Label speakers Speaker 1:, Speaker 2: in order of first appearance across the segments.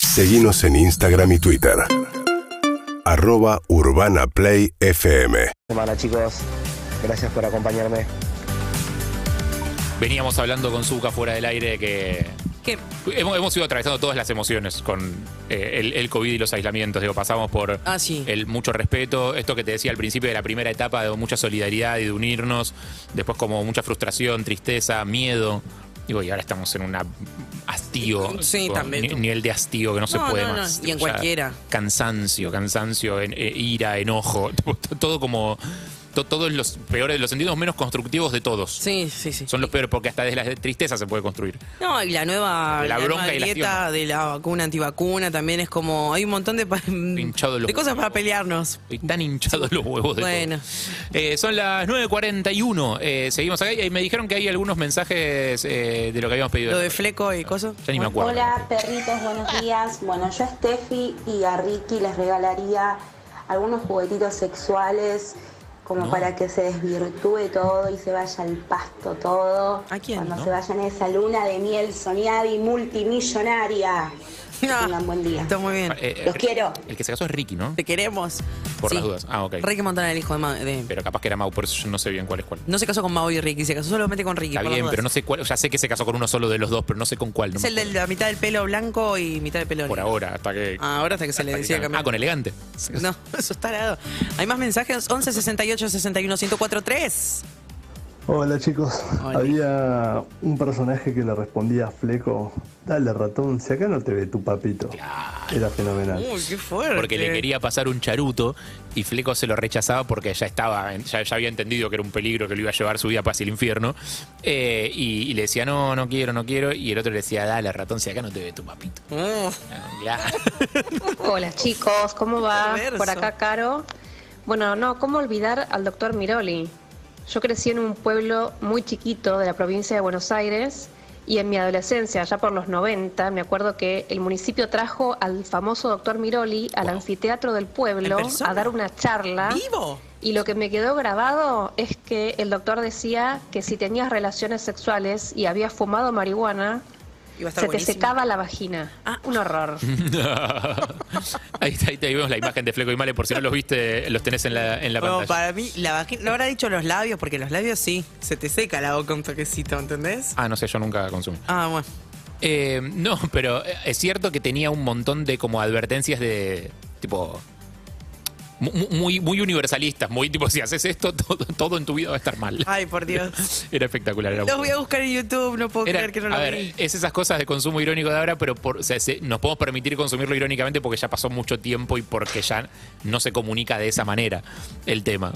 Speaker 1: Seguimos en Instagram y Twitter. Arroba Urbana Play FM.
Speaker 2: semana, chicos. Gracias por acompañarme.
Speaker 3: Veníamos hablando con Zuka fuera del aire que
Speaker 4: ¿Qué?
Speaker 3: hemos, hemos ido atravesando todas las emociones con eh, el, el COVID y los aislamientos. Digo, pasamos por
Speaker 4: Ah, sí.
Speaker 3: el mucho respeto, esto que te decía al principio de la primera etapa de mucha solidaridad y de unirnos, después como mucha frustración, tristeza, miedo. Digo, y ahora estamos en un hastío.
Speaker 4: Sí,
Speaker 3: tipo,
Speaker 4: también.
Speaker 3: ni- Nivel de hastío que no se
Speaker 4: No,
Speaker 3: puede
Speaker 4: no, no,
Speaker 3: más.
Speaker 4: y en
Speaker 3: Tipo, ya
Speaker 4: cualquiera.
Speaker 3: Cansancio, cansancio, en- eh, ira, enojo. tipo, t- Todo como. to- Todos los peores, los sentidos menos constructivos de todos.
Speaker 4: Sí, sí, sí.
Speaker 3: Son los peores porque hasta desde la tristeza se puede construir.
Speaker 4: No, y la nueva,
Speaker 3: De la
Speaker 4: nueva
Speaker 3: bronca y la
Speaker 4: grieta
Speaker 3: acción.
Speaker 4: de la vacuna antivacuna también es como. Hay un montón de, pa-
Speaker 3: Hinchado los
Speaker 4: de cosas para
Speaker 3: huevos.
Speaker 4: pelearnos.
Speaker 3: Estoy tan hinchado los huevos de
Speaker 4: Bueno.
Speaker 3: todo. Eh, son las 9.41. eh, seguimos acá. Y me dijeron que hay algunos mensajes eh, de lo que habíamos pedido.
Speaker 4: Lo de fleco y cosas.
Speaker 3: Ya ni me acuerdo.
Speaker 5: Hola, perritos, buenos días. Bueno, yo a Steffi y a Ricky les regalaría algunos juguetitos sexuales como
Speaker 3: No.
Speaker 5: para que se desvirtúe todo y se vaya al pasto todo.
Speaker 4: ¿A quién,
Speaker 5: Cuando
Speaker 4: no?
Speaker 5: se vayan a esa luna de miel soñada y multimillonaria. Que Tengan buen día.
Speaker 4: Está muy bien.
Speaker 3: Eh, eh,
Speaker 5: Los quiero.
Speaker 3: El que se casó es Ricky, ¿no?
Speaker 4: Te queremos.
Speaker 3: Por las dudas. Ah, ok.
Speaker 4: Ricky Montana, el hijo de, ma- de-
Speaker 3: Pero capaz que era Mau, por eso yo no sé bien cuál es cuál.
Speaker 4: No se casó con Mau y Ricky, se casó solamente con Ricky.
Speaker 3: Está
Speaker 4: por
Speaker 3: bien,
Speaker 4: las
Speaker 3: pero no
Speaker 4: dudas.
Speaker 3: sé cuál. Ya sé que se casó con uno solo de los dos, pero no sé con cuál. no
Speaker 4: Es
Speaker 3: me
Speaker 4: el de
Speaker 3: acuerdo.
Speaker 4: la mitad del pelo blanco y mitad del pelo
Speaker 3: Por
Speaker 4: negro.
Speaker 3: ahora, hasta que.
Speaker 4: Ah, ahora hasta que se le
Speaker 3: hasta
Speaker 4: decía
Speaker 3: cambie.
Speaker 4: cambiar.
Speaker 3: Ah, con elegante.
Speaker 4: No, eso está lado. Hay más mensajes: 11 68 61 1043.
Speaker 6: Hola chicos,
Speaker 4: Hola.
Speaker 6: había un personaje que le respondía a Fleco, dale ratón, si acá no te ve tu papito. Era fenomenal.
Speaker 4: Uy, qué fuerte.
Speaker 3: Porque le quería pasar un charuto y Fleco se lo rechazaba porque ya estaba, en- ya, ya había entendido que era un peligro que lo iba a llevar su vida paz y el infierno. Eh, y, y le decía, no, no quiero, no quiero. Y el otro le decía, dale, ratón, si acá no te ve tu papito. Ah,
Speaker 4: Uh.
Speaker 3: Claro.
Speaker 7: Hola chicos, ¿cómo va?
Speaker 4: Perverso.
Speaker 7: Por acá, Caro. Bueno, no, ¿cómo olvidar al doctor Miroli? Yo crecí en un pueblo muy chiquito de la provincia de Buenos Aires y en mi adolescencia, ya por los 90, me acuerdo que el municipio trajo al famoso doctor Miroli al
Speaker 3: Wow.
Speaker 7: anfiteatro del
Speaker 4: ¿En
Speaker 7: pueblo
Speaker 4: persona?
Speaker 7: a dar una charla.
Speaker 4: ¿Vivo?
Speaker 7: Y lo que me quedó grabado es que el doctor decía que si tenías relaciones sexuales y habías fumado marihuana,
Speaker 4: Iba a estar
Speaker 7: se
Speaker 4: buenísimo.
Speaker 7: te secaba la vagina.
Speaker 4: Ah.
Speaker 7: Un horror.
Speaker 3: ahí, está, ahí te- ahí vemos la imagen de Fleco y Male, por si no los viste, los tenés en la, en la
Speaker 4: Bueno,
Speaker 3: pantalla.
Speaker 4: para mí, la vagina. Lo habrá dicho los labios, porque los labios sí. Se te seca la boca un toquecito, ¿entendés?
Speaker 3: Ah, no sé, yo nunca consumí.
Speaker 4: Ah, bueno.
Speaker 3: Eh, no, pero es cierto que tenía un montón de como advertencias de tipo mu- mu- muy, muy universalistas, muy tipo si haces esto todo, todo en tu vida va a estar mal.
Speaker 4: Ay, por Dios.
Speaker 3: Era espectacular. Era
Speaker 4: Ah. Los voy a buscar en YouTube, no puedo
Speaker 3: era-
Speaker 4: creer que no
Speaker 3: a
Speaker 4: lo
Speaker 3: ver,
Speaker 4: vi.
Speaker 3: es esas cosas de consumo irónico de ahora, pero por- o sea, se- nos podemos permitir consumirlo irónicamente porque ya pasó mucho tiempo y porque ya no se comunica de esa manera el tema.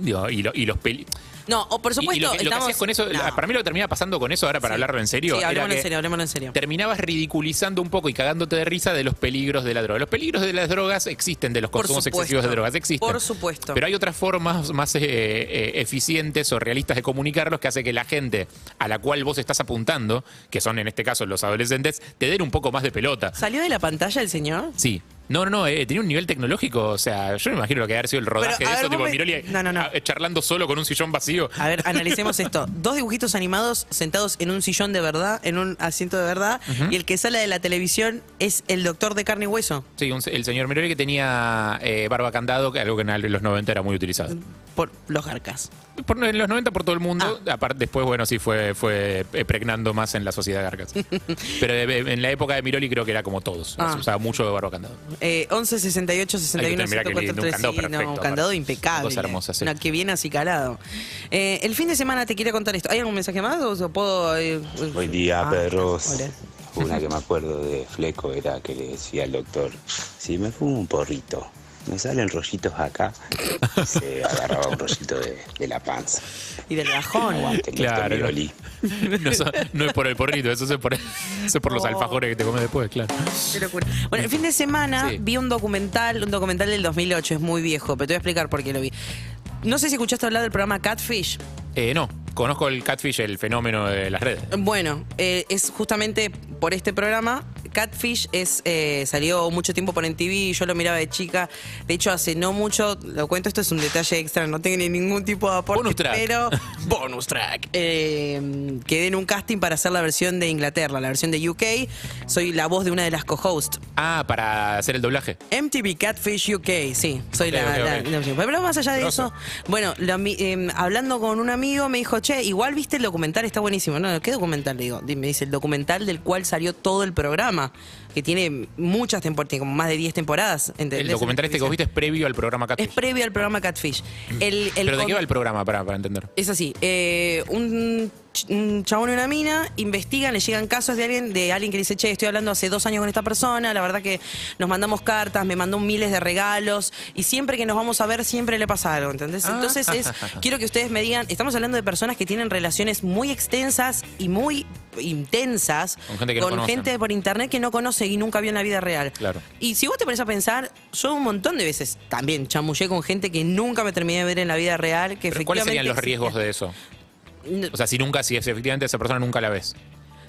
Speaker 3: Digo, y, lo- y los peli-
Speaker 4: No, o por
Speaker 3: y- y
Speaker 4: supuesto,
Speaker 3: lo, que- lo que
Speaker 4: estamos.
Speaker 3: hacías con eso,
Speaker 4: No.
Speaker 3: para mí lo que termina pasando con eso ahora para
Speaker 4: Sí.
Speaker 3: hablarlo en serio.
Speaker 4: Sí,
Speaker 3: era
Speaker 4: hablemoslo en
Speaker 3: que-
Speaker 4: serio, hablemoslo en serio.
Speaker 3: terminabas ridiculizando un poco y cagándote de risa de los peligros de la droga. Los peligros de las drogas existen, de los
Speaker 4: Por
Speaker 3: consumos
Speaker 4: supuesto.
Speaker 3: excesivos de drogas existen.
Speaker 4: Por supuesto.
Speaker 3: Pero hay otras formas más eh, eh, eficientes o realistas de comunicarlos que hace que la gente a la cual vos estás apuntando, que son en este caso los adolescentes, te den un poco más de pelota.
Speaker 4: ¿Salió de la pantalla el señor?
Speaker 3: Sí. No, no, no, eh, tenía un nivel tecnológico, o sea, yo me imagino lo que haber sido el rodaje
Speaker 4: Pero, a
Speaker 3: de
Speaker 4: ver,
Speaker 3: eso,
Speaker 4: vos
Speaker 3: tipo
Speaker 4: me-
Speaker 3: Miroli
Speaker 4: No, no, no.
Speaker 3: ah, charlando solo con un sillón vacío.
Speaker 4: A ver, analicemos esto. Dos dibujitos animados sentados en un sillón de verdad, en un asiento de verdad, y el que sale de la televisión es el doctor de carne y hueso.
Speaker 3: Sí, un- el señor Miroli que tenía eh, barba candado, que algo que en los 90 era muy utilizado.
Speaker 4: Por los garcas.
Speaker 3: Por- en los 90 por todo el mundo.
Speaker 4: Ah.
Speaker 3: Aparte, después, bueno, sí fue, fue eh, pregnando más en la sociedad garcas. Pero eh, en la época de Miroli creo que era como todos.
Speaker 4: Ah.
Speaker 3: Se usaba mucho barba candado.
Speaker 4: Eh, 11 68 61
Speaker 3: Ahí está, mirá qué lindo,
Speaker 4: 143.
Speaker 3: un candado
Speaker 4: Sí, no,
Speaker 3: perfecto,
Speaker 4: un candado
Speaker 3: aparte.
Speaker 4: impecable.
Speaker 3: Cosa hermosa, sí.
Speaker 4: No, que viene así calado. Eh, el fin de semana te quería contar esto. ¿Hay algún mensaje más o o puedo...? eh,
Speaker 8: Buen día,
Speaker 4: ah,
Speaker 8: perros.
Speaker 4: hola.
Speaker 8: Una que me acuerdo de Fleco era que le decía al doctor, si me fumo un porrito, me salen rollitos acá. Y se agarraba un rollito de, de la panza.
Speaker 4: Y del bajón.
Speaker 8: Aguante, el doctor
Speaker 3: Claro.
Speaker 8: Miroli.
Speaker 3: No, eso- no es por el porrito, eso es por, eso es por
Speaker 4: Oh.
Speaker 3: los alfajores que te comes después, claro.
Speaker 4: Qué locura. Bueno, el fin de semana
Speaker 3: Sí.
Speaker 4: vi un documental, un documental del 2008, es muy viejo, pero te voy a explicar por qué lo vi. No sé si escuchaste hablar del programa Catfish.
Speaker 3: Eh, no, conozco el catfish, el fenómeno de las redes.
Speaker 4: Bueno, eh, es justamente por este programa Catfish es, eh, salió mucho tiempo por MTV, yo lo miraba de chica. De hecho, hace no mucho, lo cuento, esto es un detalle extra, no tiene ningún tipo de aporte,
Speaker 3: Bonus track.
Speaker 4: pero bonus track. Eh, quedé en un casting para hacer la versión de Inglaterra, la versión de UK. Soy la voz de una de las co-hosts.
Speaker 3: Ah, para hacer el doblaje.
Speaker 4: MTV Catfish UK, sí, soy
Speaker 3: Ok,
Speaker 4: la,
Speaker 3: ok,
Speaker 4: la-
Speaker 3: ok.
Speaker 4: la opción. Pero más allá de
Speaker 3: Grosso.
Speaker 4: eso, bueno, lo mi- em, hablando con un amigo me dijo, che, igual viste el documental, está buenísimo. No, ¿qué documental? Le digo, Di- me dice, el documental del cual salió todo el programa, que tiene muchas temporadas, tiene como más de 10 temporadas. ¿entendés?
Speaker 3: El documental este que vos viste es previo al programa
Speaker 4: Es
Speaker 3: Catfish.
Speaker 4: previo al programa Catfish. El- el
Speaker 3: ¿Pero de qué
Speaker 4: con-
Speaker 3: va el programa para, para entender?
Speaker 4: es así, eh, un, ch- un chabón y una mina investigan, le llegan casos de alguien, de alguien que dice, che, estoy hablando hace dos años con esta persona, la verdad que nos mandamos cartas, me mandó miles de regalos, y siempre que nos vamos a ver, siempre le pasa algo, ¿entendés?
Speaker 3: Ah.
Speaker 4: Entonces es, quiero que ustedes me digan, estamos hablando de personas que tienen relaciones muy extensas y muy intensas
Speaker 3: Con gente que no conocen.
Speaker 4: gente por internet que no conoce y nunca vio en la vida real.
Speaker 3: Claro.
Speaker 4: Y si vos te pones a pensar, yo un montón de veces también chamullé con gente que nunca me terminé de ver en la vida real, que
Speaker 3: Pero ¿Cuáles serían los riesgos de eso?
Speaker 4: no,
Speaker 3: O sea, si nunca, si efectivamente esa persona nunca la ves.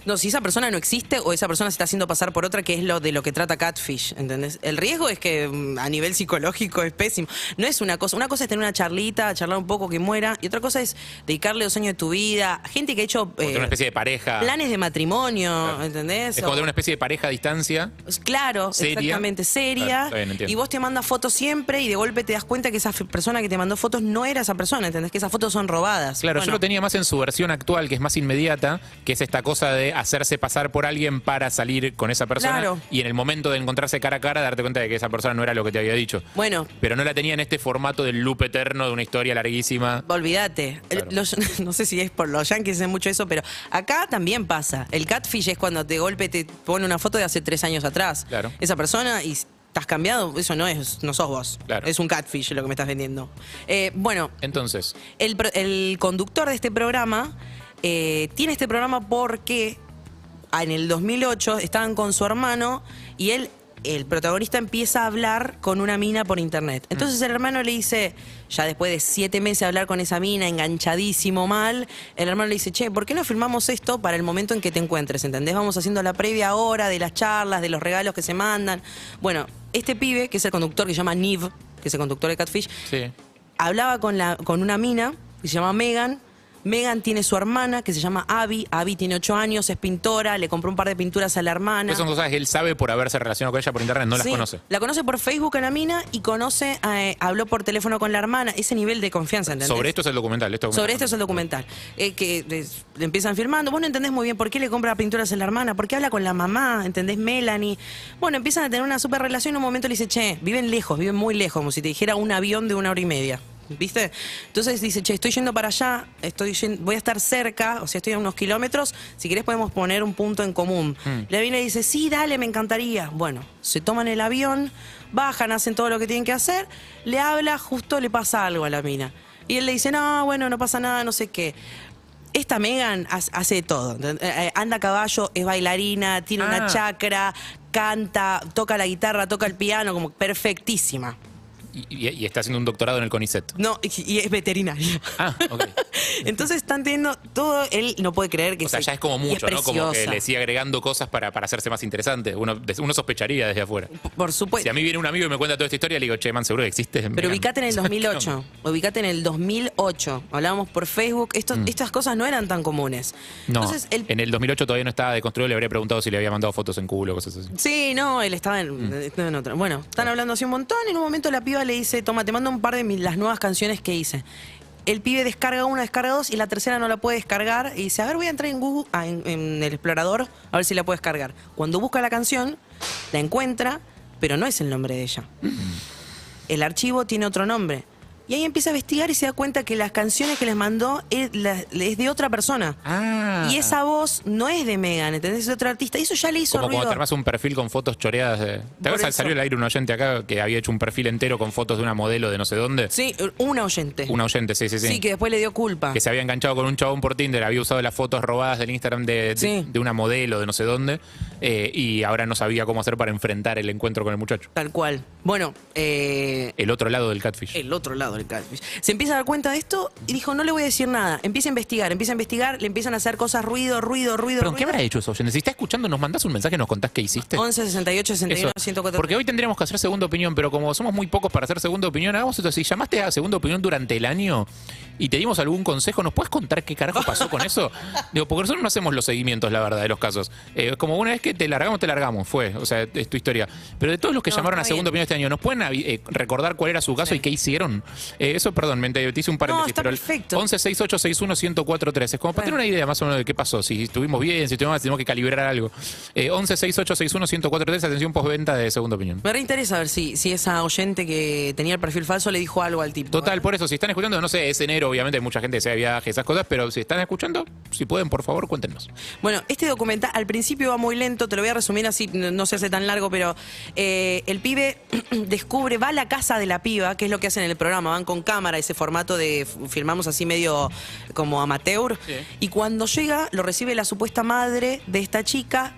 Speaker 4: no, si esa persona no existe o esa persona se está haciendo pasar por otra, que es lo de lo que trata Catfish, ¿entendés? El riesgo es que mm, a nivel psicológico es pésimo. No es una cosa, una cosa es tener una charlita, charlar un poco que muera, y otra cosa es dedicarle dos años de tu vida, gente que ha hecho
Speaker 3: Como
Speaker 4: eh,
Speaker 3: tener una especie de pareja.
Speaker 4: planes de matrimonio, ¿entendés?
Speaker 3: Es como
Speaker 4: O-
Speaker 3: tener una especie de pareja a distancia.
Speaker 4: Claro,
Speaker 3: Seria.
Speaker 4: exactamente,
Speaker 3: Claro,
Speaker 4: seria.
Speaker 3: está bien, entiendo.
Speaker 4: y vos te mandas fotos siempre y de golpe te das cuenta que esa f- persona que te mandó fotos no era esa persona, ¿entendés? Que esas fotos son robadas.
Speaker 3: Claro, yo
Speaker 4: Bueno,
Speaker 3: lo tenía más en su versión actual, que es más inmediata, que es esta cosa de hacerse pasar por alguien para salir con esa persona.
Speaker 4: Claro.
Speaker 3: Y en el momento de encontrarse cara a cara, darte cuenta de que esa persona no era lo que te había dicho.
Speaker 4: Bueno,
Speaker 3: Pero no la tenía en este formato del loop eterno de una historia larguísima.
Speaker 4: Olvídate. El-
Speaker 3: Claro.
Speaker 4: los- no sé si es por los yankees, es mucho eso, pero acá también pasa. El catfish es cuando de golpe te pone una foto de hace tres años atrás.
Speaker 3: Claro.
Speaker 4: Esa persona y estás cambiado, eso no es, no sos vos.
Speaker 3: Claro.
Speaker 4: Es un catfish lo que me estás vendiendo. Eh, bueno,
Speaker 3: Entonces,
Speaker 4: el, pro- el conductor de este programa eh, tiene este programa porque ah, en el 2008 estaban con su hermano y él, el protagonista, empieza a hablar con una mina por internet. Entonces el hermano le dice, ya después de siete meses de hablar con esa mina, enganchadísimo mal, el hermano le dice, che, ¿por qué no filmamos esto para el momento en que te encuentres? ¿Entendés? Vamos haciendo la previa ahora de las charlas, de los regalos que se mandan. Bueno, este pibe, que es el conductor que se llama Niv, que es el conductor de Catfish,
Speaker 3: sí.
Speaker 4: hablaba con, la, con una mina que se llama Megan. Megan tiene su hermana que se llama Abby. Abby tiene ocho años, es pintora, le compró un par de pinturas a la hermana.
Speaker 3: Esas son cosas que él sabe por haberse relacionado con ella por internet, no las
Speaker 4: Sí,
Speaker 3: conoce.
Speaker 4: La conoce por Facebook a la mina y conoce, eh, habló por teléfono con la hermana. Ese nivel de confianza, ¿entendés?
Speaker 3: Sobre esto es el documental. esto
Speaker 4: Sobre esto es el documental. Eh, que des- le empiezan firmando. Vos no entendés muy bien por qué le compra pinturas a la hermana, por qué habla con la mamá, ¿entendés? Melanie. Bueno, empiezan a tener una super relación. En un momento le dice, che, viven lejos, viven muy lejos, como si te dijera un avión de una hora y media. ¿Viste? Entonces dice, che, estoy yendo para allá, estoy yen- voy a estar cerca, o sea, estoy a unos kilómetros, si querés podemos poner un punto en común. La viene y dice, sí, dale, me encantaría. Bueno, se toman el avión, bajan, hacen todo lo que tienen que hacer, le habla, justo le pasa algo a la mina. Y él le dice, no, bueno, no pasa nada, no sé qué. Esta Megan hace- hace de todo. ¿entend- eh, eh, Anda a caballo, es bailarina, tiene
Speaker 3: Ah.
Speaker 4: una chacra, canta, toca la guitarra, toca el piano, como perfectísima.
Speaker 3: Y, y- y está haciendo un doctorado en el CONICET.
Speaker 4: No, y, y es veterinaria.
Speaker 3: Ah, ok.
Speaker 4: Entonces están teniendo todo, él no puede creer que
Speaker 3: O sea,
Speaker 4: se-
Speaker 3: ya es como
Speaker 4: y
Speaker 3: mucho, ¿no? Como que
Speaker 4: preciosa.
Speaker 3: le sigue agregando cosas para, para hacerse más interesante. Uno, des- uno sospecharía desde afuera.
Speaker 4: Por
Speaker 3: Si
Speaker 4: supuesto.
Speaker 3: a mí viene un amigo y me cuenta toda esta historia, le digo, che, man, seguro que existe.
Speaker 4: Pero
Speaker 3: Mirá.
Speaker 4: ubicate en el
Speaker 3: ¿Qué
Speaker 4: 2008.
Speaker 3: onda?
Speaker 4: ubicate en el 2008. Hablábamos por Facebook. Esto- Estas cosas no eran tan comunes.
Speaker 3: Mm. No,
Speaker 4: Entonces, el
Speaker 3: en el 2008 todavía no estaba deconstruido, le habría preguntado si le había mandado fotos en culo, cosas así.
Speaker 4: Sí, no, él estaba
Speaker 3: Mm.
Speaker 4: en, estaba en otra. Bueno, están hablando así un montón. En un momento la piba le dice, toma, te mando un par de mis- las nuevas canciones que hice. El pibe descarga una, descarga dos y la tercera no la puede descargar. Y dice, a ver, voy a entrar en Google, ah, en, en el explorador, a ver si la puedo descargar. Cuando busca la canción, la encuentra, pero no es el nombre de ella.
Speaker 3: Mm.
Speaker 4: El archivo tiene otro nombre. Y ahí empieza a investigar y se da cuenta que las canciones que les mandó es, la- es de otra persona.
Speaker 3: Ah.
Speaker 4: Y esa voz no es de Megan, ¿entendés? Es de otro artista. Y eso ya le hizo
Speaker 3: Como
Speaker 4: ruido.
Speaker 3: cuando te armás un perfil con fotos choreadas de. ¿Te
Speaker 4: Por
Speaker 3: acuerdas?
Speaker 4: eso.
Speaker 3: Salió al aire un oyente acá que había hecho un perfil entero con fotos de una modelo de no sé dónde.
Speaker 4: Sí, una oyente.
Speaker 3: Un oyente, sí, sí, sí.
Speaker 4: sí. que después le dio culpa.
Speaker 3: que se había enganchado con un chabón por Tinder, había usado las fotos robadas del Instagram de, de-
Speaker 4: Sí.
Speaker 3: de una modelo de no sé dónde, eh, y ahora no sabía cómo hacer para enfrentar el encuentro con el muchacho.
Speaker 4: Tal cual. Bueno, eh,
Speaker 3: El otro lado del catfish.
Speaker 4: el otro lado, el catfish. Se empieza a dar cuenta de esto y dijo, no le voy a decir nada. Empieza a investigar, empieza a investigar, le empiezan a hacer cosas, ruido, ruido, ruido.
Speaker 3: Perdón, ¿qué
Speaker 4: ruido.
Speaker 3: habrá hecho eso? Si nos está escuchando, nos mandás un mensaje, nos contás qué hiciste.
Speaker 4: 11, 68, 61,
Speaker 3: Eso.
Speaker 4: 104.
Speaker 3: Porque hoy tendríamos que hacer segunda opinión, pero como somos muy pocos para hacer segunda opinión, hagamos esto. Si llamaste a segunda opinión durante el año y te dimos algún consejo, ¿nos puedes contar qué carajo pasó con eso? Digo, porque nosotros no hacemos los seguimientos, la verdad, de los casos. Eh, como una vez que te largamos, te largamos, fue. O sea, es tu historia. Pero de todos los que
Speaker 4: No,
Speaker 3: llamaron a
Speaker 4: está
Speaker 3: segunda opinión
Speaker 4: bien.
Speaker 3: este año, ¿nos pueden avi- eh, recordar cuál era su caso y qué hicieron? Eh, eso, perdón, me te te hice un paréntesis.
Speaker 4: está
Speaker 3: pero el
Speaker 4: perfecto.
Speaker 3: 11 1168611043. Es como para
Speaker 4: Bueno.
Speaker 3: tener una idea más o menos de qué pasó. Si estuvimos bien, si estuvimos mal, si tenemos que calibrar algo. Eh, 1168611043, atención postventa de segunda opinión.
Speaker 4: Me reinteresa ver si, si esa oyente que tenía el perfil falso le dijo algo al tipo.
Speaker 3: Total, por eso, si están escuchando, no sé, es enero, obviamente hay mucha gente que se va de viaje, esas cosas, pero si están escuchando, si pueden, por favor, cuéntenos.
Speaker 4: Bueno, este documental al principio va muy lento, te lo voy a resumir así, no no se hace tan largo, pero eh, el pibe descubre, va a la casa de la piba, que es lo que hacen en el programa, van con cámara, ese formato de f- filmamos así medio como amateur, y cuando llega lo recibe la supuesta madre de esta chica.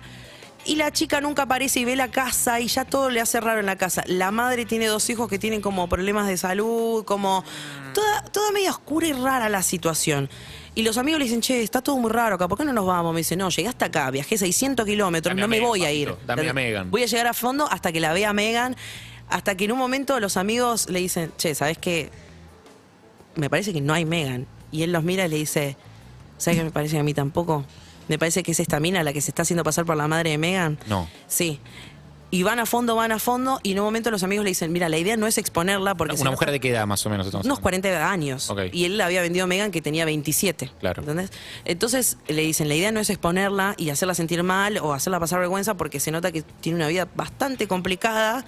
Speaker 4: Y la chica nunca aparece y ve la casa y ya todo le hace raro en la casa. La madre tiene dos hijos que tienen como problemas de salud, como toda, toda media oscura y rara la situación. Y los amigos le dicen, che, está todo muy raro acá, ¿por qué no nos vamos? Me dice, no, llegué hasta acá, viajé 600 kilómetros,
Speaker 3: Dame
Speaker 4: no
Speaker 3: a
Speaker 4: me
Speaker 3: Megan,
Speaker 4: voy a ir.
Speaker 3: papito, dame a Megan.
Speaker 4: Voy a llegar a fondo hasta que la vea Megan, hasta que en un momento los amigos le dicen, che, ¿sabes qué? Me parece que no hay Megan. Y él los mira y le dice, ¿sabes qué me parece que a mí tampoco? Me parece que es esta mina la que se está haciendo pasar por la madre de Megan.
Speaker 3: No.
Speaker 4: Sí. Y van a fondo, van a fondo, y en un momento los amigos le dicen, mira, la idea no es exponerla porque... se
Speaker 3: una
Speaker 4: nos-
Speaker 3: mujer de qué edad, más o menos, entonces.
Speaker 4: unos 40 años.
Speaker 3: Ok.
Speaker 4: Y él la había vendido a Megan que tenía 27.
Speaker 3: Claro.
Speaker 4: ¿entendés? Entonces le dicen, la idea no es exponerla y hacerla sentir mal o hacerla pasar vergüenza porque se nota que tiene una vida bastante complicada.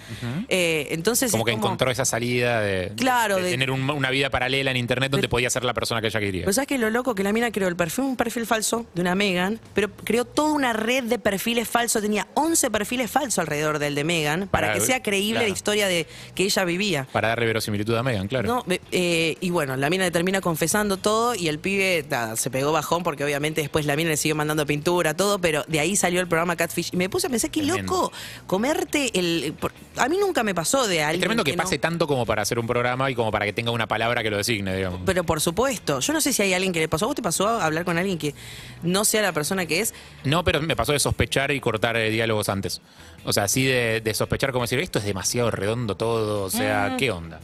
Speaker 4: Eh, entonces
Speaker 3: Como
Speaker 4: es
Speaker 3: que encontró esa salida de,
Speaker 4: Claro,
Speaker 3: de
Speaker 4: de-
Speaker 3: tener un- una vida paralela en internet donde podía ser la persona que ella quería.
Speaker 4: Pero sabes que lo loco que la mina creó el perfil, un perfil falso de una Megan, pero creó toda una red de perfiles falsos, tenía 11 perfiles falsos alrededor del de Megan para,
Speaker 3: Para-
Speaker 4: que sea creíble
Speaker 3: claro.
Speaker 4: la historia de que ella vivía.
Speaker 3: Para darle verosimilitud a Megan, claro.
Speaker 4: No, ve- eh, y bueno, la mina le termina confesando todo y el pibe nada, se pegó bajón porque obviamente después la mina le siguió mandando pintura, todo, pero de ahí salió el programa Catfish. Y me puse a pensar, qué
Speaker 3: Tremendo.
Speaker 4: loco, comerte el... por- a mí nunca me pasó de alguien...
Speaker 3: es tremendo que,
Speaker 4: no-
Speaker 3: pase tanto como para hacer un programa y como para que tenga una palabra que lo designe, digamos.
Speaker 4: Pero por supuesto, yo no sé si hay alguien que le pasó. ¿A vos te pasó a hablar con alguien que no sea la persona que es?
Speaker 3: No, pero me pasó de sospechar y cortar eh, diálogos antes. O sea, así de, de sospechar como decir, esto es demasiado redondo todo, o sea, ¿qué onda?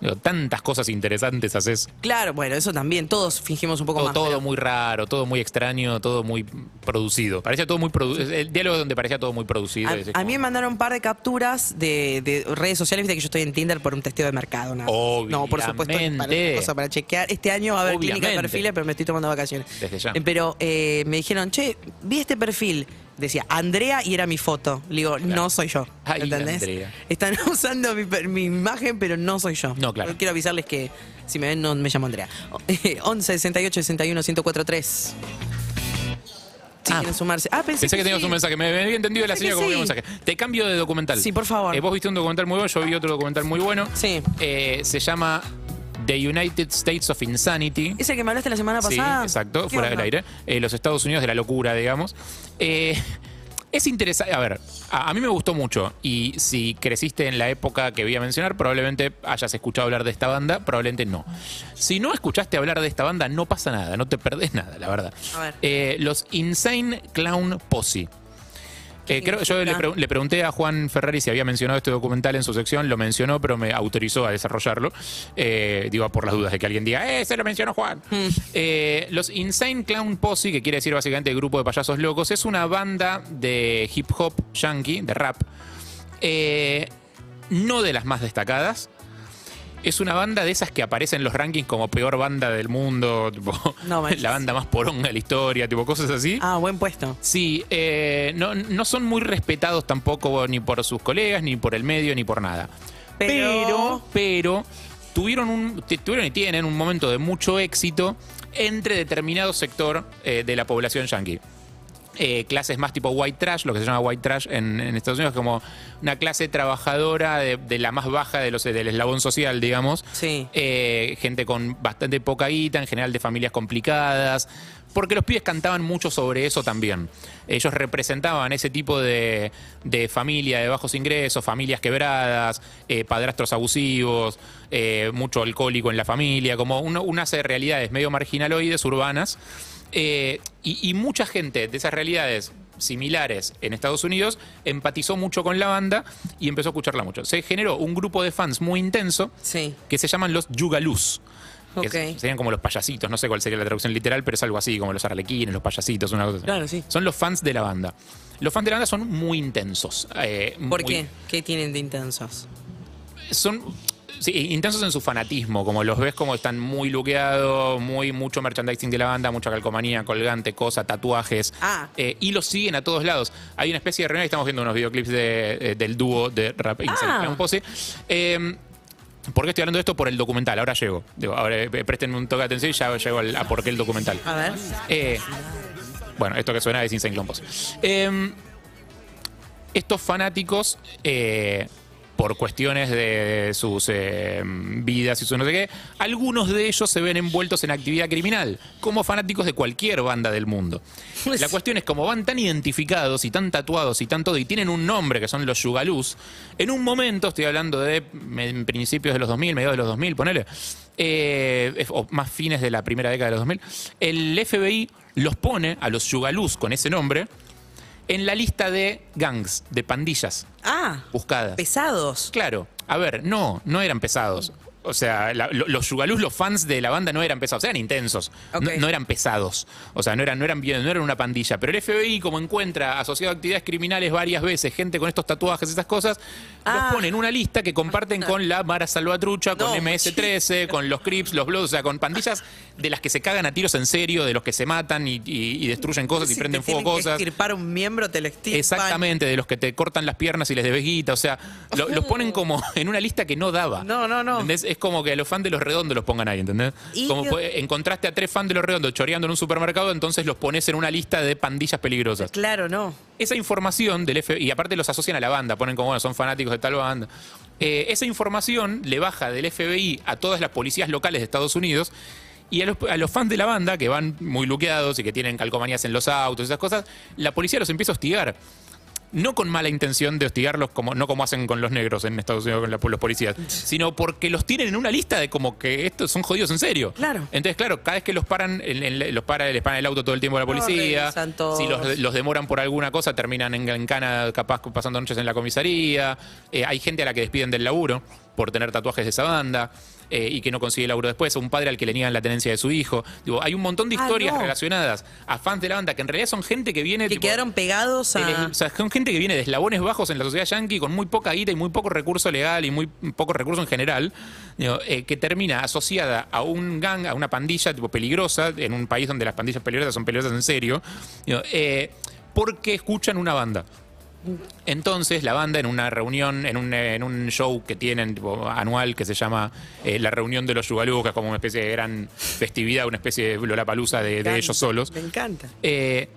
Speaker 3: Digo, tantas cosas interesantes haces.
Speaker 4: Claro, bueno, eso también, todos fingimos un poco
Speaker 3: Todo,
Speaker 4: más.
Speaker 3: todo muy raro, todo muy extraño, todo muy producido. Parecía todo muy producido. El diálogo donde parecía todo muy producido.
Speaker 4: A,
Speaker 3: y decís
Speaker 4: a mí me
Speaker 3: como,
Speaker 4: mandaron un par de capturas de, de redes sociales, viste que yo estoy en Tinder por un testeo de mercado, nada. más. No, por supuesto, para,
Speaker 3: Obviamente.
Speaker 4: cosa para chequear. Este año va a haber clínica de
Speaker 3: Obviamente.
Speaker 4: perfiles, pero me estoy tomando vacaciones.
Speaker 3: Desde ya.
Speaker 4: Eh, Pero eh, me dijeron, che, vi este perfil. Decía Andrea y era mi foto. Le digo, no soy yo.
Speaker 3: Ay,
Speaker 4: ¿Entendés?
Speaker 3: Andrea.
Speaker 4: Están usando mi, per- mi imagen, pero no soy yo.
Speaker 3: No, claro.
Speaker 4: Quiero avisarles que si me ven, no me llamo Andrea. 11 68 61 1043. Si
Speaker 3: Ah.
Speaker 4: quieren sumarse. Ah, pensé,
Speaker 3: Pensé que tenías
Speaker 4: sí.
Speaker 3: un mensaje, me me había entendido la
Speaker 4: Pensé que
Speaker 3: señora como
Speaker 4: sí.
Speaker 3: un mensaje. Te cambio de documental.
Speaker 4: Sí, por favor.
Speaker 3: Eh, vos viste un documental muy bueno, yo vi otro documental muy bueno.
Speaker 4: Sí.
Speaker 3: Eh, se llama The United States of Insanity.
Speaker 4: ¿Es el que me hablaste la semana
Speaker 3: Sí,
Speaker 4: pasada?
Speaker 3: exacto,
Speaker 4: ¿Qué
Speaker 3: fuera del
Speaker 4: onda?
Speaker 3: aire. Eh, los Estados Unidos de la locura, digamos. Eh, es interesante, a ver, a, a mí me gustó mucho y si creciste en la época que voy a mencionar, probablemente hayas escuchado hablar de esta banda, probablemente no. Si no escuchaste hablar de esta banda, no pasa nada, no te perdés nada, la verdad.
Speaker 4: A ver.
Speaker 3: Eh, los Insane Clown Posse. Eh, creo, yo le,
Speaker 4: significa?
Speaker 3: pregun- le pregunté a Juan Ferrari si había mencionado este documental en su sección, lo mencionó, pero me autorizó a desarrollarlo. Eh, digo, por las dudas de que alguien diga, ¡eh, se lo mencionó Juan!
Speaker 4: Mm.
Speaker 3: Eh, los Insane Clown Posse, que quiere decir básicamente el grupo de payasos locos, es una banda de hip hop yankee, de rap, eh, no de las más destacadas. Es una banda de esas que aparece en los rankings como peor banda del mundo, tipo,
Speaker 4: No manches.
Speaker 3: la banda más poronga de la historia, tipo cosas así.
Speaker 4: Ah, buen puesto.
Speaker 3: Sí, eh, no, no son muy respetados tampoco ni por sus colegas, ni por el medio, ni por nada.
Speaker 4: Pero-
Speaker 3: pero, pero tuvieron, un, te- tuvieron y tienen un momento de mucho éxito entre determinado sector eh, de la población yanqui. eh, clases más tipo white trash, lo que se llama white trash en, en Estados Unidos, como una clase trabajadora de, de la más baja de los, del eslabón social, digamos.
Speaker 4: Sí.
Speaker 3: Eh, gente con bastante poca guita, en general de familias complicadas. Porque los pibes cantaban mucho sobre eso también. Ellos representaban ese tipo de, de familia de bajos ingresos, familias quebradas, eh, padrastros abusivos, eh, mucho alcohólico en la familia, como uno, unas eh, realidades medio marginaloides, urbanas. Eh, y, y mucha gente de esas realidades similares en Estados Unidos empatizó mucho con la banda y empezó a escucharla mucho. Se generó un grupo de fans muy intenso
Speaker 4: Sí.
Speaker 3: que se llaman los Yugalus. que
Speaker 4: Ok.
Speaker 3: se- serían como los payasitos, no sé cuál sería la traducción literal, pero es algo así, como los arlequines, los payasitos, una cosa así.
Speaker 4: Claro, sí.
Speaker 3: Son los fans de la banda. Los fans de la banda son muy intensos. eh,
Speaker 4: ¿Por
Speaker 3: muy-
Speaker 4: qué? ¿Qué tienen de intensos?
Speaker 3: son sí, intensos en su fanatismo, como los ves como están muy luqueados, muy mucho merchandising de la banda, mucha calcomanía, colgante, cosa, tatuajes.
Speaker 4: Ah.
Speaker 3: Eh, y los siguen a todos lados. Hay una especie de reunión, estamos viendo unos videoclips de, eh, del dúo de Rap Insane
Speaker 4: Ah.
Speaker 3: Clown Posse. Eh, ¿Por qué estoy hablando de esto? Por el documental, ahora llego. Digo, ahora eh, presten un toque de atención y ya llego al- a por qué el documental.
Speaker 4: A ver.
Speaker 3: Eh, bueno, esto que suena es Insane Clown Posse. Eh, estos fanáticos, eh, por cuestiones de sus eh, vidas y su no sé qué, algunos de ellos se ven envueltos en actividad criminal, como fanáticos de cualquier banda del mundo.
Speaker 4: Pues-
Speaker 3: La cuestión es, como van tan identificados y tan tatuados y tan todo, y tienen un nombre que son los Yugaluz, en un momento, estoy hablando de mm, principios de los 2000, mediados de los 2000, ponele, eh, es- o más fines de la primera década de los 2000, el FBI los pone a los Yugaluz con ese nombre en la lista de gangs, de pandillas
Speaker 4: Ah,
Speaker 3: buscadas.
Speaker 4: pesados.
Speaker 3: Claro, a ver, no, no eran pesados. O sea, la- lo- los Yugaluz, los fans de la banda no eran pesados, eran intensos,
Speaker 4: Ok.
Speaker 3: no, no eran pesados, o sea, no eran, no eran violentos, no eran una pandilla. Pero el FBI, como encuentra asociado a actividades criminales varias veces, gente con estos tatuajes, esas cosas,
Speaker 4: Ah.
Speaker 3: los pone en una lista que comparten con la Mara Salvatrucha, con
Speaker 4: No,
Speaker 3: MS-13, con los Crips, los Bloods, o sea, con pandillas de las que se cagan a tiros en serio, de los que se matan y, y- y destruyen cosas y
Speaker 4: Si
Speaker 3: prenden
Speaker 4: te
Speaker 3: fuego
Speaker 4: tienen que
Speaker 3: cosas.
Speaker 4: Extirpar un miembro, te lo extirpan.
Speaker 3: Exactamente, de los que te cortan las piernas y les debes guita. O sea, lo- los ponen como en una lista que no daba.
Speaker 4: eh, No, no, no.
Speaker 3: ¿Entendés? Es como que a los fans de los redondos los pongan ahí, ¿entendés?
Speaker 4: Y-
Speaker 3: Como fue- encontraste a tres fans de los redondos choreando en un supermercado, entonces los pones en una lista de pandillas peligrosas.
Speaker 4: Claro, no.
Speaker 3: Esa información del FBI, y aparte los asocian a la banda, ponen como, bueno, son fanáticos de tal banda. Eh, esa información le baja del FBI a todas las policías locales de Estados Unidos y a los, a los fans de la banda, que van muy luqueados y que tienen calcomanías en los autos y esas cosas, la policía los empieza a hostigar. No con mala intención de hostigarlos, como, no como hacen con los negros en Estados Unidos, con la- los policías, sino porque los tienen en una lista de como que estos son jodidos en serio.
Speaker 4: Claro.
Speaker 3: Entonces, claro, cada vez que los paran, en- en- los para, les paran el auto todo el tiempo a la
Speaker 4: No,
Speaker 3: policía.
Speaker 4: regresan todos.
Speaker 3: Si los, los demoran por alguna cosa, terminan en, en cana, capaz pasando noches en la comisaría. Eh, hay gente a la que despiden del laburo por tener tatuajes de esa banda eh, y que no consigue laburo después. Un padre al que le niegan la tenencia de su hijo. Digo, hay un montón de
Speaker 4: Ah,
Speaker 3: historias
Speaker 4: no.
Speaker 3: relacionadas a fans de la banda que en realidad son gente que viene.
Speaker 4: Que
Speaker 3: tipo,
Speaker 4: quedaron pegados
Speaker 3: de les-
Speaker 4: a.
Speaker 3: Eh, o sea, son gente que viene de eslabones bajos en la sociedad yanqui con muy poca guita y muy poco recurso legal y muy poco recurso en general, digo, eh, que termina asociada a un gang, a una pandilla tipo peligrosa, en un país donde las pandillas peligrosas son peligrosas en serio, digo, eh, porque escuchan una banda. Entonces la banda en una reunión, en un, eh, en un show que tienen tipo, anual que se llama eh, La Reunión de los Yugalucas, como una especie de gran festividad, una especie de Lollapalooza de, de ellos solos.
Speaker 4: Me encanta.
Speaker 3: Eh,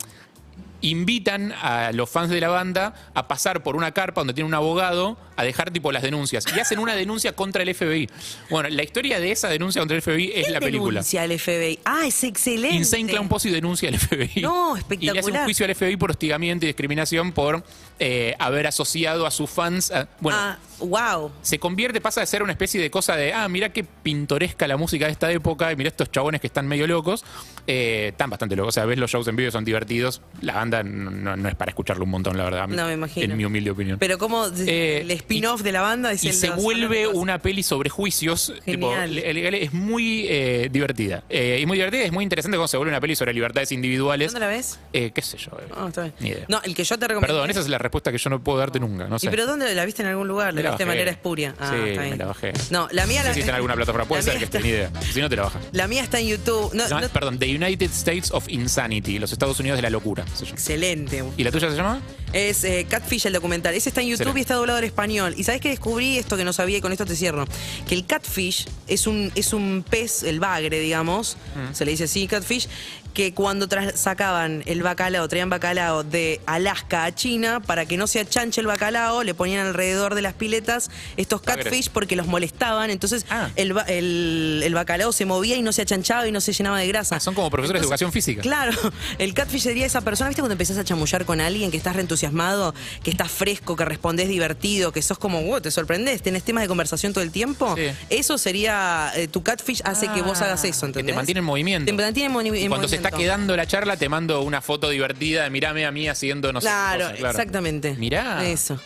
Speaker 3: invitan a los fans de la banda a pasar por una carpa donde tiene un abogado a dejar tipo las denuncias y hacen una denuncia contra el FBI. Bueno, la historia de esa denuncia contra el FBI es
Speaker 4: ¿Quién
Speaker 3: la película.
Speaker 4: denuncia al FBI? Ah, es excelente.
Speaker 3: Insane Clown Posse denuncia al FBI.
Speaker 4: No,
Speaker 3: Y le hace un
Speaker 4: espectacular.
Speaker 3: juicio al FBI por hostigamiento y discriminación por eh, haber asociado a sus fans. a- bueno,
Speaker 4: Ah, wow.
Speaker 3: se convierte, pasa de ser una especie de cosa de, ah, mirá qué pintoresca la música de esta época, y mirá estos chabones que están medio locos, eh, están bastante locos, o sea, ves los shows en vivo, son divertidos, la banda no, no- no es para escucharlo un montón, la verdad,
Speaker 4: No, me imagino.
Speaker 3: en mi humilde opinión.
Speaker 4: Pero como
Speaker 3: Eh,
Speaker 4: el spin-off de la banda
Speaker 3: y se vuelve una peli sobre juicios. Tipo,
Speaker 4: Genial.
Speaker 3: le- le- es muy eh, divertida. Eh, es muy divertida, es muy interesante cómo se vuelve una peli sobre libertades individuales.
Speaker 4: ¿Dónde la ves?
Speaker 3: Eh, ¿Qué sé yo? eh,
Speaker 4: Ah, está Oh. bien.
Speaker 3: Ni idea.
Speaker 4: No, el que yo te recomiendo.
Speaker 3: Perdón, esa es la respuesta que yo no puedo darte nunca. No sé.
Speaker 4: ¿Y pero dónde la viste en algún lugar?
Speaker 3: La la
Speaker 4: de
Speaker 3: bajé.
Speaker 4: manera espuria. Ah,
Speaker 3: sí,
Speaker 4: está bien.
Speaker 3: me la bajé.
Speaker 4: No, la mía
Speaker 3: No sé
Speaker 4: la-
Speaker 3: si está en alguna plataforma. Puede
Speaker 4: la
Speaker 3: ser
Speaker 4: mía
Speaker 3: que esté,
Speaker 4: está-
Speaker 3: ni idea. Si no, te la baja.
Speaker 4: La mía está en YouTube. No,
Speaker 3: No,
Speaker 4: no-
Speaker 3: Perdón, The United States of Insanity, los Estados Unidos de la locura. se llama.
Speaker 4: Excelente.
Speaker 3: ¿Y la tuya se llama?
Speaker 4: Es eh, Catfish el documental. Ese está en YouTube
Speaker 3: Excelente.
Speaker 4: y está doblado al español. ¿Y sabes que descubrí esto que no sabía y con esto te cierro? Que el catfish es un, es un pez, el bagre, digamos,
Speaker 3: Mm.
Speaker 4: se le dice así, catfish, que cuando tras- sacaban el bacalao, traían bacalao de Alaska a China, para que no se achanche el bacalao, le ponían alrededor de las piletas estos
Speaker 3: Bagres.
Speaker 4: catfish porque los molestaban. Entonces
Speaker 3: Ah.
Speaker 4: el, ba- el- el bacalao se movía y no se achanchaba y no se llenaba de grasa.
Speaker 3: Ah, son como profesores de educación física.
Speaker 4: Claro, el catfish sería esa persona, ¿viste? Cuando empezás a chamullar con alguien, que estás reentusiasmado, que estás fresco, que respondés divertido, que sos como, wow, te sorprendés, tenés temas de conversación todo el tiempo.
Speaker 3: Sí.
Speaker 4: Eso sería, eh, tu catfish hace que vos hagas eso,
Speaker 3: Que
Speaker 4: ¿entendés?
Speaker 3: te mantiene en movimiento.
Speaker 4: Te mantiene en movi- en
Speaker 3: Y cuando se está
Speaker 4: movimiento.
Speaker 3: quedando la charla, te mando una foto divertida de mirame a mí haciendo no sé qué
Speaker 4: Claro,
Speaker 3: cosa",
Speaker 4: exactamente.
Speaker 3: Mirá. Ah.
Speaker 4: Eso.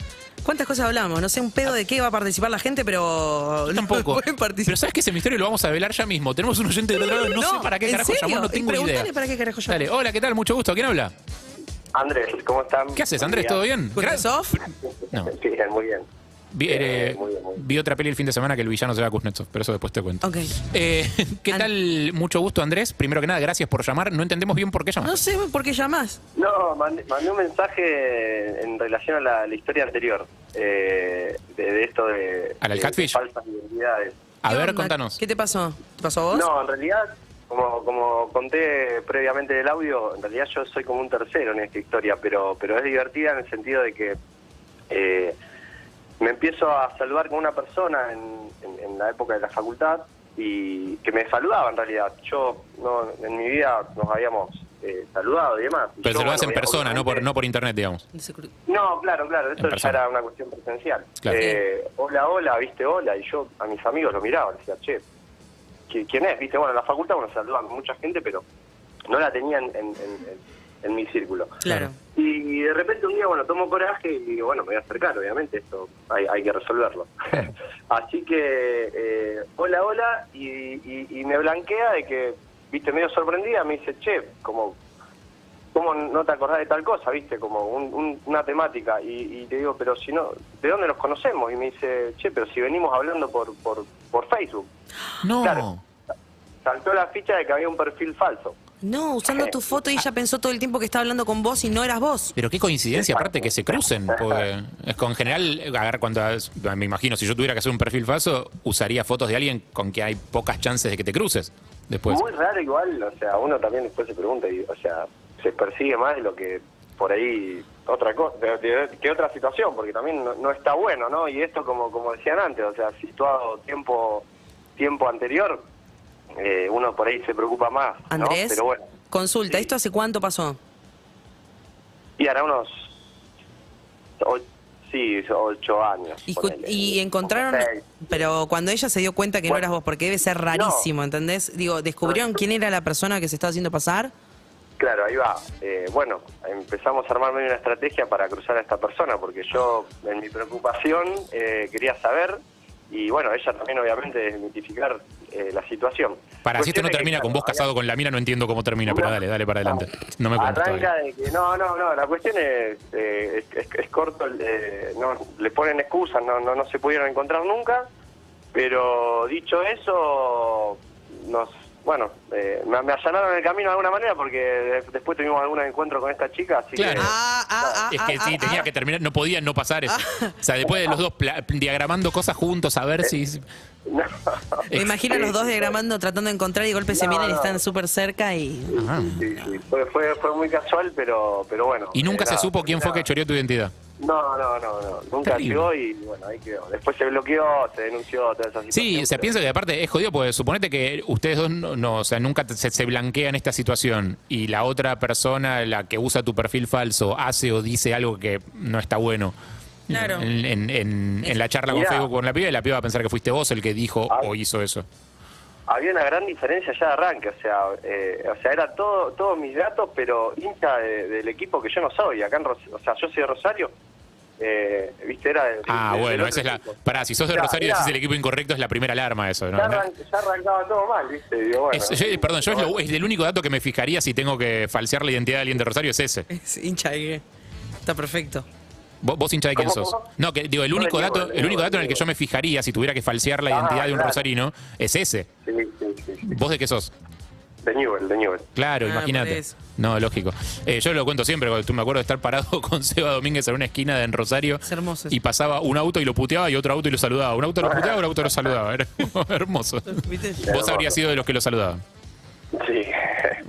Speaker 4: ¿Cuántas cosas hablamos? No sé un pedo de qué va a participar la gente, pero...
Speaker 3: Yo tampoco.
Speaker 4: pueden
Speaker 3: Pero
Speaker 4: participar.
Speaker 3: sabes que ese misterio lo vamos a velar ya mismo. Tenemos un oyente de otro lado, no, sé para qué
Speaker 4: ¿en
Speaker 3: carajo
Speaker 4: serio?
Speaker 3: llamó, no
Speaker 4: Y
Speaker 3: tengo ni idea.
Speaker 4: preguntale para qué carajo llamó.
Speaker 3: Dale, hola, ¿qué tal? Mucho gusto. ¿Quién habla?
Speaker 9: Andrés, ¿cómo están?
Speaker 3: ¿Qué haces,
Speaker 9: Buen
Speaker 3: Andrés?
Speaker 9: día.
Speaker 3: ¿Todo bien?
Speaker 4: ¿Con
Speaker 3: Gra-
Speaker 4: Sof?
Speaker 3: No.
Speaker 9: Bien, muy bien.
Speaker 3: Vi, eh,
Speaker 9: muy bien, muy bien.
Speaker 3: vi otra peli el fin de semana que el villano será Kuznetsov, pero eso después te cuento.
Speaker 4: Ok.
Speaker 3: Eh, ¿Qué
Speaker 4: An-
Speaker 3: tal? Mucho gusto, Andrés. Primero que nada, gracias por llamar. No entendemos bien por qué llamas.
Speaker 4: No sé por qué llamás.
Speaker 9: No, mandé, mandé un mensaje en relación a la, la historia anterior, eh, de, de esto de,
Speaker 3: ¿A la del
Speaker 9: de-
Speaker 3: catfish?
Speaker 9: de falsas identidades.
Speaker 3: a
Speaker 4: ¿Qué
Speaker 3: ver,
Speaker 4: onda?
Speaker 3: contanos.
Speaker 4: ¿Qué te pasó? ¿Te pasó a vos?
Speaker 9: No, en realidad, como, como conté previamente del audio, en realidad yo soy como un tercero en esta historia, pero, pero es divertida en el sentido de que eh, me empiezo a saludar con una persona en, en- en la época de la facultad y que me saludaba en realidad. Yo no, en mi vida nos habíamos eh, saludado y demás.
Speaker 3: Pero
Speaker 9: Yo,
Speaker 3: se lo das en
Speaker 9: bueno,
Speaker 3: persona, no por,
Speaker 9: obviamente-
Speaker 3: no por internet, digamos.
Speaker 4: Se cru-
Speaker 9: no, claro, claro,
Speaker 3: En
Speaker 9: eso ya
Speaker 3: persona.
Speaker 9: era una cuestión presencial.
Speaker 3: Claro.
Speaker 9: Eh, hola, hola, viste, hola, y yo a mis amigos lo miraba, decía, che, ¿qui- ¿quién es? Viste, bueno, en la facultad bueno, saludaban mucha gente, pero no la tenían en, en- en- en mi círculo.
Speaker 4: Claro.
Speaker 9: Y de repente un día, bueno, tomo coraje y digo, bueno, me voy a acercar, obviamente, esto hay, hay que resolverlo. Así que, eh, hola, hola, y, y- y me blanquea de que, viste, medio sorprendida, me dice, che, como, ¿cómo no te acordás de tal cosa, viste? Como un- un- una temática. Y, y te digo, pero si no, ¿de dónde nos conocemos? Y me dice, che, pero si venimos hablando por, por, por Facebook.
Speaker 3: No.
Speaker 9: Claro. Saltó la ficha de que había un perfil falso.
Speaker 4: No, usando tu foto y ella pensó todo el tiempo que estaba hablando con vos y no eras vos.
Speaker 3: Pero qué coincidencia, aparte que se crucen. Porque es con general, a ver, cuando me imagino, si yo tuviera que hacer un perfil falso, usaría fotos de alguien con que hay pocas chances de que te cruces después.
Speaker 9: Muy raro igual, o sea, uno también después se pregunta, y, o sea, se persigue más de lo que por ahí otra cosa, de- de- que otra situación, porque también no, no está bueno, ¿no? Y esto como como decían antes, o sea, situado tiempo tiempo anterior, eh, uno por ahí se preocupa más, ¿no?
Speaker 4: Andrés,
Speaker 9: Pero bueno,
Speaker 4: consulta,
Speaker 9: Sí.
Speaker 4: ¿esto hace cuánto pasó?
Speaker 9: y hará unos o- sí, ocho años.
Speaker 4: Y,
Speaker 9: ponele.
Speaker 4: y encontraron,
Speaker 9: Seis.
Speaker 4: pero cuando ella se dio cuenta que
Speaker 9: Bueno.
Speaker 4: no eras vos, porque debe ser rarísimo, ¿entendés? Digo, ¿descubrieron quién era la persona que se estaba haciendo pasar?
Speaker 9: Claro, ahí va. Eh, bueno, empezamos a armarme una estrategia para cruzar a esta persona, porque yo, en mi preocupación, eh, quería saber, y bueno, ella también, obviamente, desmitificar eh, la situación.
Speaker 3: Para, si esto
Speaker 9: Cuestión
Speaker 3: no
Speaker 9: de que,
Speaker 3: termina con
Speaker 9: claro,
Speaker 3: vos casado con la mina, no entiendo cómo termina, pero
Speaker 9: No.
Speaker 3: dale, dale para adelante. No me cuentes
Speaker 9: Arranca
Speaker 3: todavía.
Speaker 9: de que, no, no, no, la cuestión es, eh, es, es- es corto, eh, no, le ponen excusas, no, no, no se pudieron encontrar nunca, pero dicho eso, nos, bueno, eh, me, me allanaron el camino de alguna manera porque de- después tuvimos algún encuentro con esta chica, así
Speaker 3: Claro.
Speaker 9: que...
Speaker 4: Ah, ah, ah,
Speaker 3: Es que
Speaker 4: ah,
Speaker 3: sí,
Speaker 4: ah,
Speaker 3: tenía
Speaker 4: ah.
Speaker 3: que terminar, no podían no pasar eso. O sea, después de los dos pla- diagramando cosas juntos, a ver si...
Speaker 9: Eh, No.
Speaker 4: Me imagino a los dos diagramando, tratando de encontrar y de golpe se
Speaker 9: No,
Speaker 4: miran y
Speaker 9: no.
Speaker 4: están súper cerca y...
Speaker 3: Ajá.
Speaker 9: Sí, sí, fue, fue, fue muy casual, pero, pero bueno.
Speaker 3: Y nunca
Speaker 9: eh,
Speaker 3: se
Speaker 9: nada,
Speaker 3: supo quién fue
Speaker 9: nada.
Speaker 3: que choreó tu identidad.
Speaker 9: No, no, no, no, nunca
Speaker 3: Terrible.
Speaker 9: llegó y bueno, ahí quedó. Después se bloqueó, se denunció, toda esa situación.
Speaker 3: Sí, se
Speaker 9: pero-
Speaker 3: piensa que aparte es jodido, porque suponete que ustedes dos no, no, o sea, nunca te- se, se blanquean esta situación y la otra persona, la que usa tu perfil falso, hace o dice algo que no está bueno.
Speaker 4: Claro.
Speaker 3: En, en- en- en la charla con
Speaker 9: Mirá. Ah.
Speaker 3: Facebook con la piba, y la piba va a pensar que fuiste vos el que dijo
Speaker 9: Ay.
Speaker 3: o hizo eso.
Speaker 9: había una gran diferencia ya de arranque, o sea, eh, o sea, era todo, todos mis datos, pero hincha de- del equipo que yo no soy, acá en Ros o sea, yo soy de Rosario, eh, viste, era de,
Speaker 3: Ah,
Speaker 9: de- del
Speaker 3: bueno,
Speaker 9: otro
Speaker 3: esa es la.
Speaker 9: equipo.
Speaker 3: Pará, si sos de
Speaker 9: Ya,
Speaker 3: Rosario y
Speaker 9: ya.
Speaker 3: decís el equipo incorrecto, es la primera alarma eso, ¿no?
Speaker 9: Ya, arran- ya arrancaba todo mal, viste, digo, bueno.
Speaker 3: Es- yo- perdón, yo es,
Speaker 9: Pero
Speaker 3: lo-
Speaker 9: bueno.
Speaker 3: es el único dato que me fijaría si tengo que falsear la identidad de alguien de Rosario, es ese.
Speaker 4: Es hincha de- Está perfecto.
Speaker 3: Vos, vos hincha de quién
Speaker 9: ¿Cómo,
Speaker 3: sos.
Speaker 9: cómo?
Speaker 3: No, que digo, el
Speaker 9: No le
Speaker 3: único
Speaker 9: digo,
Speaker 3: dato,
Speaker 9: le
Speaker 3: el
Speaker 9: digo,
Speaker 3: único
Speaker 9: le
Speaker 3: dato en el que
Speaker 9: digo.
Speaker 3: yo me fijaría si tuviera que falsear la
Speaker 9: Ah,
Speaker 3: identidad de un
Speaker 9: claro.
Speaker 3: rosarino es ese.
Speaker 9: Sí, sí, sí.
Speaker 3: ¿Vos de qué sos?
Speaker 9: De Newell, de Newell.
Speaker 3: Claro,
Speaker 4: Ah, por
Speaker 3: imagínate.
Speaker 4: eso.
Speaker 3: No, lógico. Eh, yo lo cuento siempre, cuando tú me acuerdo de estar parado con Seba Domínguez en una esquina de en Rosario.
Speaker 4: Es hermoso eso.
Speaker 3: Y pasaba un auto y lo puteaba y otro auto y lo saludaba. Un auto lo puteaba, un auto lo saludaba. Era hermoso.
Speaker 4: ¿Viste?
Speaker 3: Vos habrías sido de los que lo saludaban.
Speaker 9: Sí.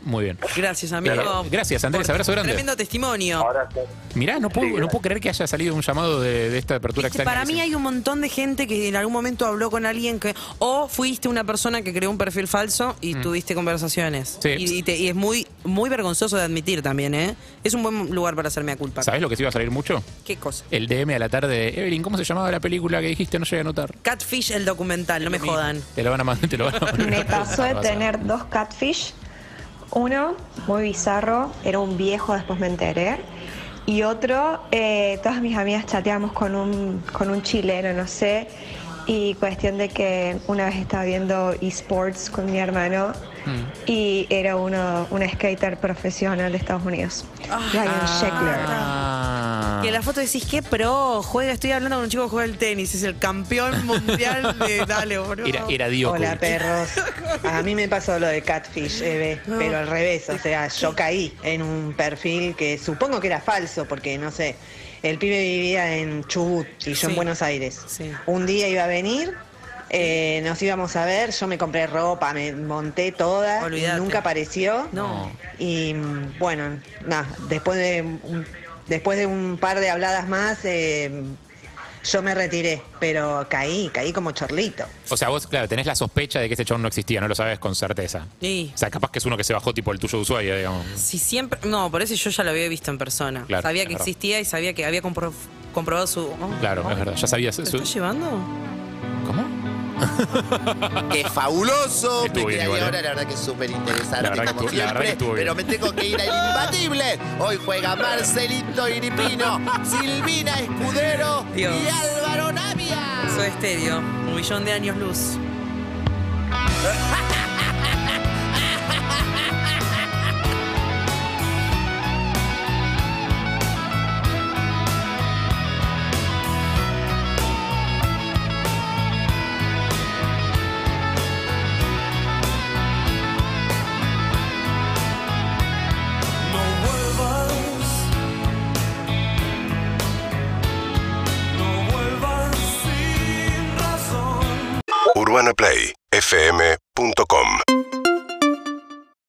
Speaker 3: Muy bien.
Speaker 4: Gracias, amigo.
Speaker 3: Eh, gracias, Andrés,
Speaker 4: Por
Speaker 3: abrazo grande.
Speaker 4: Tremendo testimonio.
Speaker 9: Ahora sí.
Speaker 3: Mirá, no puedo, no puedo creer que haya salido un llamado de, de esta apertura
Speaker 4: Viste,
Speaker 3: externa.
Speaker 4: para
Speaker 3: que
Speaker 4: mí
Speaker 3: se-
Speaker 4: hay un montón de gente que en algún momento habló con alguien que o fuiste una persona que creó un perfil falso y tuviste conversaciones.
Speaker 3: Mm. Sí.
Speaker 4: Y, y te- y es muy muy vergonzoso de admitir también, ¿eh? Es un buen lugar para hacerme a culpa.
Speaker 3: ¿Sabés lo que se iba a salir mucho?
Speaker 4: ¿Qué cosa?
Speaker 3: El DM a la tarde. Evelyn, ¿cómo se llamaba la película que dijiste? No llegué a anotar.
Speaker 4: Catfish el documental, no me jodan.
Speaker 3: Te lo van a mandar, te lo van a mandar.
Speaker 7: Me pasó de
Speaker 3: Vas a-
Speaker 7: tener dos catfish. Uno, muy bizarro, era un viejo, después me enteré. Y otro, eh, todas mis amigas chateamos con un, con un chileno, no sé. Y cuestión de que una vez estaba viendo esports con mi hermano y era uno, un skater profesional de Estados Unidos. Ryan Sheckler.
Speaker 3: Ah.
Speaker 4: Y en la foto decís, qué pro, juega, estoy hablando con un chico que juega el tenis, es el campeón mundial de dale, boludo.
Speaker 3: Era, era Dios.
Speaker 10: Hola perros. A mí me pasó lo de Catfish, Eve, pero al revés, o sea, yo caí en un perfil que supongo que era falso, porque no sé, el pibe vivía en Chubut y yo
Speaker 4: Sí.
Speaker 10: en Buenos Aires.
Speaker 4: Sí.
Speaker 10: Un día iba a venir, eh, nos íbamos a ver, yo me compré ropa, me monté toda, y
Speaker 4: Olvídate.
Speaker 10: nunca apareció.
Speaker 4: No.
Speaker 10: Y mm, bueno, nada, después de un, después de un par de habladas más, eh, yo me retiré, pero caí, caí como chorlito.
Speaker 3: O sea, vos, claro, tenés la sospecha de que ese chabón no existía, no lo sabes con certeza.
Speaker 4: Sí.
Speaker 3: O sea, capaz que es uno que se bajó tipo el tuyo de Ushuaia, digamos.
Speaker 4: Si siempre. No, por eso yo ya lo había visto en persona.
Speaker 3: Claro,
Speaker 4: sabía
Speaker 3: es
Speaker 4: que
Speaker 3: verdad.
Speaker 4: existía y sabía que había compro- comprobado su. oh,
Speaker 3: Claro,
Speaker 4: oh,
Speaker 3: es verdad. Ya sabías.
Speaker 4: ¿Lo
Speaker 3: su-
Speaker 4: estás llevando?
Speaker 3: ¿Cómo?
Speaker 8: ¡Qué fabuloso!
Speaker 3: Estuvo
Speaker 8: Me
Speaker 3: bien
Speaker 8: quedé
Speaker 3: igual,
Speaker 8: ahí
Speaker 3: ¿eh?
Speaker 8: ahora, la verdad que es súper interesante,
Speaker 3: La verdad que
Speaker 8: como
Speaker 3: estuvo- la verdad que
Speaker 8: siempre.
Speaker 3: estuvo bien.
Speaker 8: Pero me tengo que ir al imbatible. Hoy juega Marcelito Iripino, Silvina Escudero
Speaker 4: Dios.
Speaker 8: y Álvaro Navia.
Speaker 4: Soy estéreo. Un millón de años luz.
Speaker 8: No vuelvas, no vuelvas sin razón.
Speaker 1: UrbanaPlayFM.com